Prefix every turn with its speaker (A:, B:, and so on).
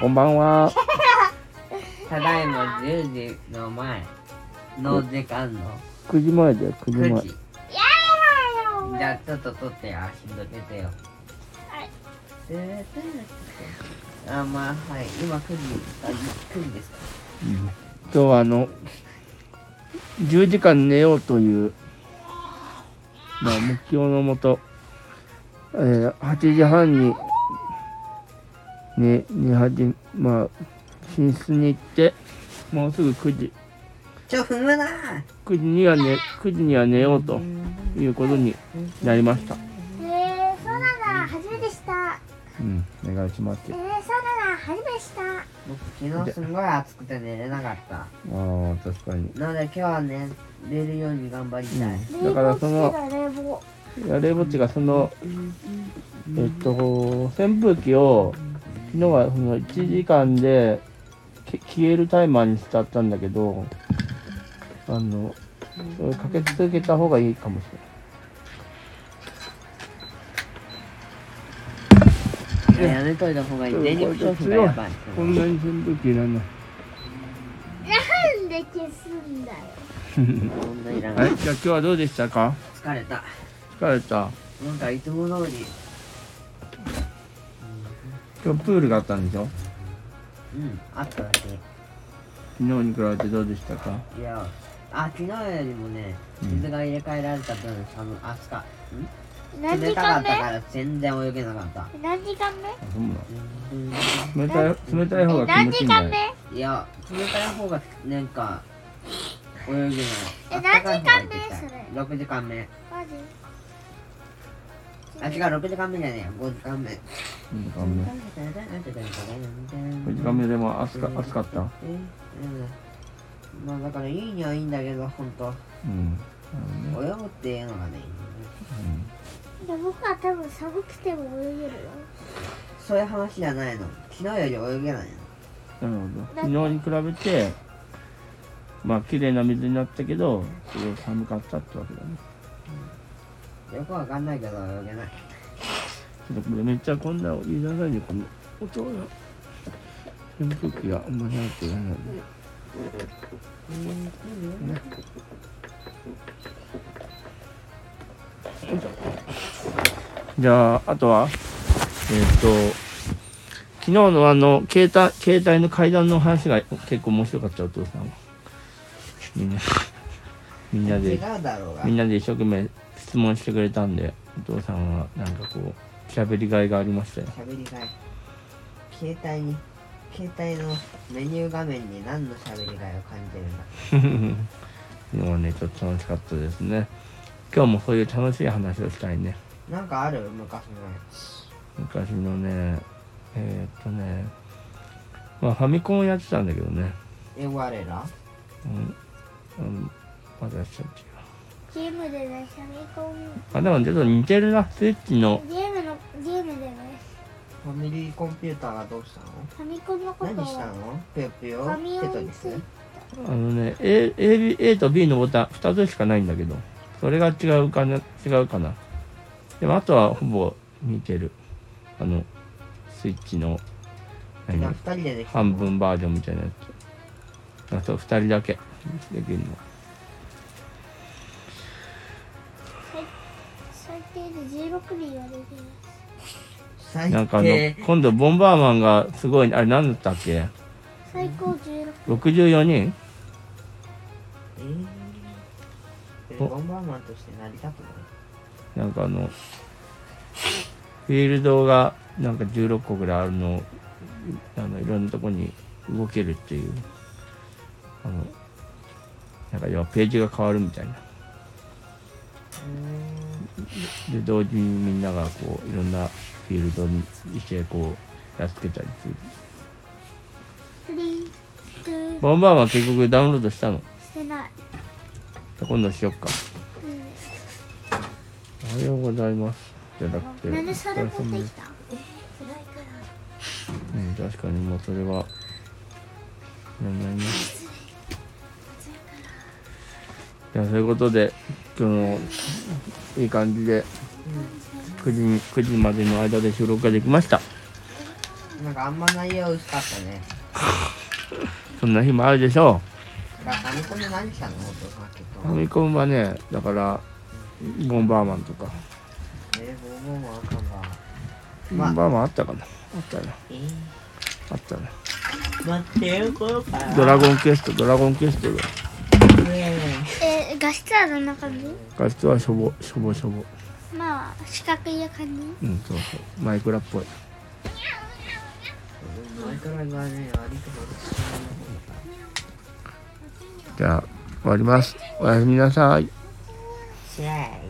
A: こんばんは。
B: ただいま10時の前の時間の
A: 9時前だよ、9時前
B: 9。時
C: や
B: じゃあちょっと撮ってよ足どけてよ
C: はい
B: えーあまあはい今9時あ9時ですか
A: 今日はあの、10時間寝ようという、まあ、目標のもと、えー8時半に寝、寝始め、まあ、寝室に行って、もうすぐ9時、
B: ちょ踏むな
A: 9時には寝、9時には寝ようということになりました。
C: えー、そうなんだ初めてした
A: うん、お願いします
C: えー、そうなんだ初めてした
B: 僕昨日すんごい暑くて寝れなかった
A: ああ、確かに。
B: なので今日はね寝れるように頑張りたい、
C: 冷
A: だから
C: 房つ
A: そ
C: け
A: の
C: た冷房
A: やれぼっちがその、えっと、扇風機を、昨日はその1時間でけ消えるタイマーにしちゃったんだけど、あの、それかけ続けた方がいいかもし
B: いややめといた方がいい
A: れない。
B: 電力消費がやばい
A: こんなに扇風機いらない。
C: なんで消すんだよ
B: そんないらな
A: はいい、じゃあ今日はどうでしたか
B: 疲れた
A: 疲れた。
B: なんかいつも通り
A: 今日プールがあったんでしょ
B: うんあっただけ
A: 昨日に比べてどうでしたか
B: いやあ昨日よりもね水が入れ替えられた分寒暑か
C: 何
B: 冷
C: 時
B: たか
C: 間
B: っ
C: 目
B: たから全然泳げなかった
C: 何時間目
A: 冷たい、冷たい方
C: え
A: が気
C: 何
A: 持ちいい
C: 時
A: んだ
C: 間
A: よ
C: 目。
B: いや冷たい方がなんか泳げな
C: え
B: いあったかい方
C: 何時
B: が
C: 間目
B: 行ってきたい
C: それ
B: 6時間目
C: マジ
B: あ違う6時間目じゃねえ5時間目
A: うんごめんこ時間目でも暑か暑かった。
B: えうんまあだからいいにはいいんだけど本当
A: うん。
B: 泳ぐっていうのがねいいよね
C: いや僕は多分寒くても泳げるよ
B: そういう話じゃないの昨日より泳げないの
A: なるほど。昨日に比べて、まあ綺麗な水になったけど、すごい寒かったってわけだね。
B: よくわかんないけど泳げない
A: ちょっとこれめっちゃこんな言いなさいねこの音が。扇風機があんまりなくてないので。じゃあ、あとは、えーっと、昨日のあの、携帯、携帯の階段の話が結構面白かった、お父さんは。みんな、みんな
B: 違
A: で
B: う、だろうが
A: みんなで一生懸命質問してくれたんで、お父さんはなんかこう、喋りがいがありましたよ。
B: 喋りがい携帯に携帯のメニュー画面に何の喋りがいを感じるんだ
A: 昨日はね、ちょっと楽しかったですね。今日もそういう楽しい話をしたいね。
B: なんかある昔の
A: 昔のね、えーっとね、まあファミコンをやってたんだけどね。
B: え我ら
A: うん。うん、まだしちゃって
C: ゲームでねファミコン
A: あ、でもちょっと似てるな。スイッチの、
C: ゲームのゲームでね
B: ファミリーコンピューターがどうしたの
C: ファミコンのこと
B: 何した
C: を
B: のぷよぷよ
C: ファミオン
B: テトリス
C: つ
A: あのね、A, A, B, A と B のボタン2つしかないんだけど、それが違うかな、違うかな。でもあとはほぼ似てる。あの、スイッチの、何
B: な二人でできたの
A: 半分バージョンみたいなやつあと2人だけできるの
C: 最低で16人はできる
B: 最
A: なんかあの
B: 低
A: 今度ボンバーマンがすごいあれ何だったっけ
C: 最高16
A: 64人
B: えーえ
A: お
B: ボンバーマンとしてなりたくない
A: なんかあのフィールドがなんか16個ぐらいあるのをあのいろんなとこに動けるっていうあのなんか要はページが変わるみたいなで同時にみんながこういろんなフィールドにしてこうやっつけたりする
C: 人2
A: ボンバーマン結局ダウンロードしたの
C: してない、
A: 今度しよっか。
C: う
A: おはようございます。じゃなくて。
C: ん、なんでそれ持っ
A: お疲
C: て
A: れ様
C: き
A: す
C: た
A: うん、確かにもうそれは。なんないね。じゃあ、そういうことで、今日のいい感じで。9時に、9時までの間で収録ができました。
B: なんかあんま内容薄かったね。
A: そんな日もあるでしょ
B: だからファミコンで何したのお父さん結
A: う。ファ
B: 構。
A: ミコンはね、だから、ボンバーマンとか。
B: えー、ボンボンもあったんだ。
A: ボンバーマンあったかなあったな。
B: えー
A: あったな。
B: 待ってよ、このパ
A: ドラゴンクエスト、ドラゴンクエストが。
B: É.
C: えー、画質ある中に
A: 画質はしょぼ、しょぼしょぼ。
C: まあ四角い感じ
A: うん、そうそう。マイクラっぽい。
B: マイクラがね、割と
A: じゃあ、終わります。おやすみなさい。
B: シェイ。